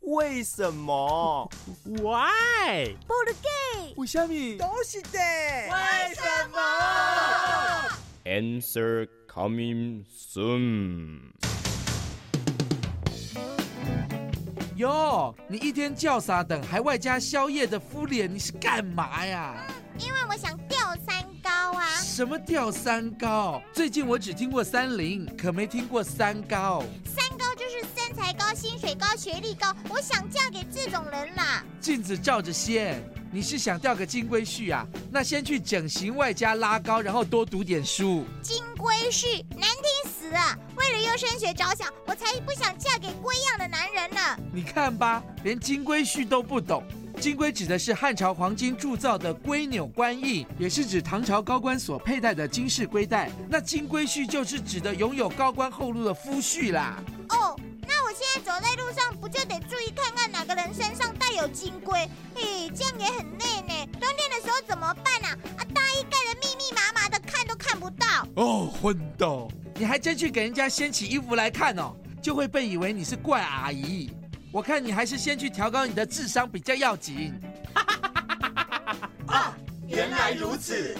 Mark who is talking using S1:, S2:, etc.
S1: 为什么？
S2: Why？
S1: 为什么？
S3: 都是的。
S1: 为什么？
S4: Answer coming soon。
S5: 哟，你一天叫啥等，还外加宵夜的敷脸，你是干嘛呀？
S6: 因为我想吊三高啊。
S5: 什么吊三高？最近我只听过三零，可没听过三高。
S6: 三高就是身材高、薪水高、学历高，我想嫁给这种人啦。
S5: 镜子照着先，你是想钓个金龟婿啊？那先去整形，外加拉高，然后多读点书。
S6: 金龟婿难听死了，为了优生学着想，我才不想嫁给龟样的男人呢。
S5: 你看吧，连金龟婿都不懂。金龟指的是汉朝黄金铸造的龟纽冠翼，也是指唐朝高官所佩戴的金饰龟带。那金龟婿就是指的拥有高官厚禄的夫婿啦。
S6: 哦，那我现在走在路上，不就得注意看看哪个人身上带有金龟？嘿，这样也很累呢。冬天的时候怎么办啊？啊，大衣盖得密密麻麻的，看都看不到。
S5: 哦，昏倒！你还真去给人家掀起衣服来看哦，就会被以为你是怪阿姨。我看你还是先去调高你的智商比较要紧。
S3: 原来如此。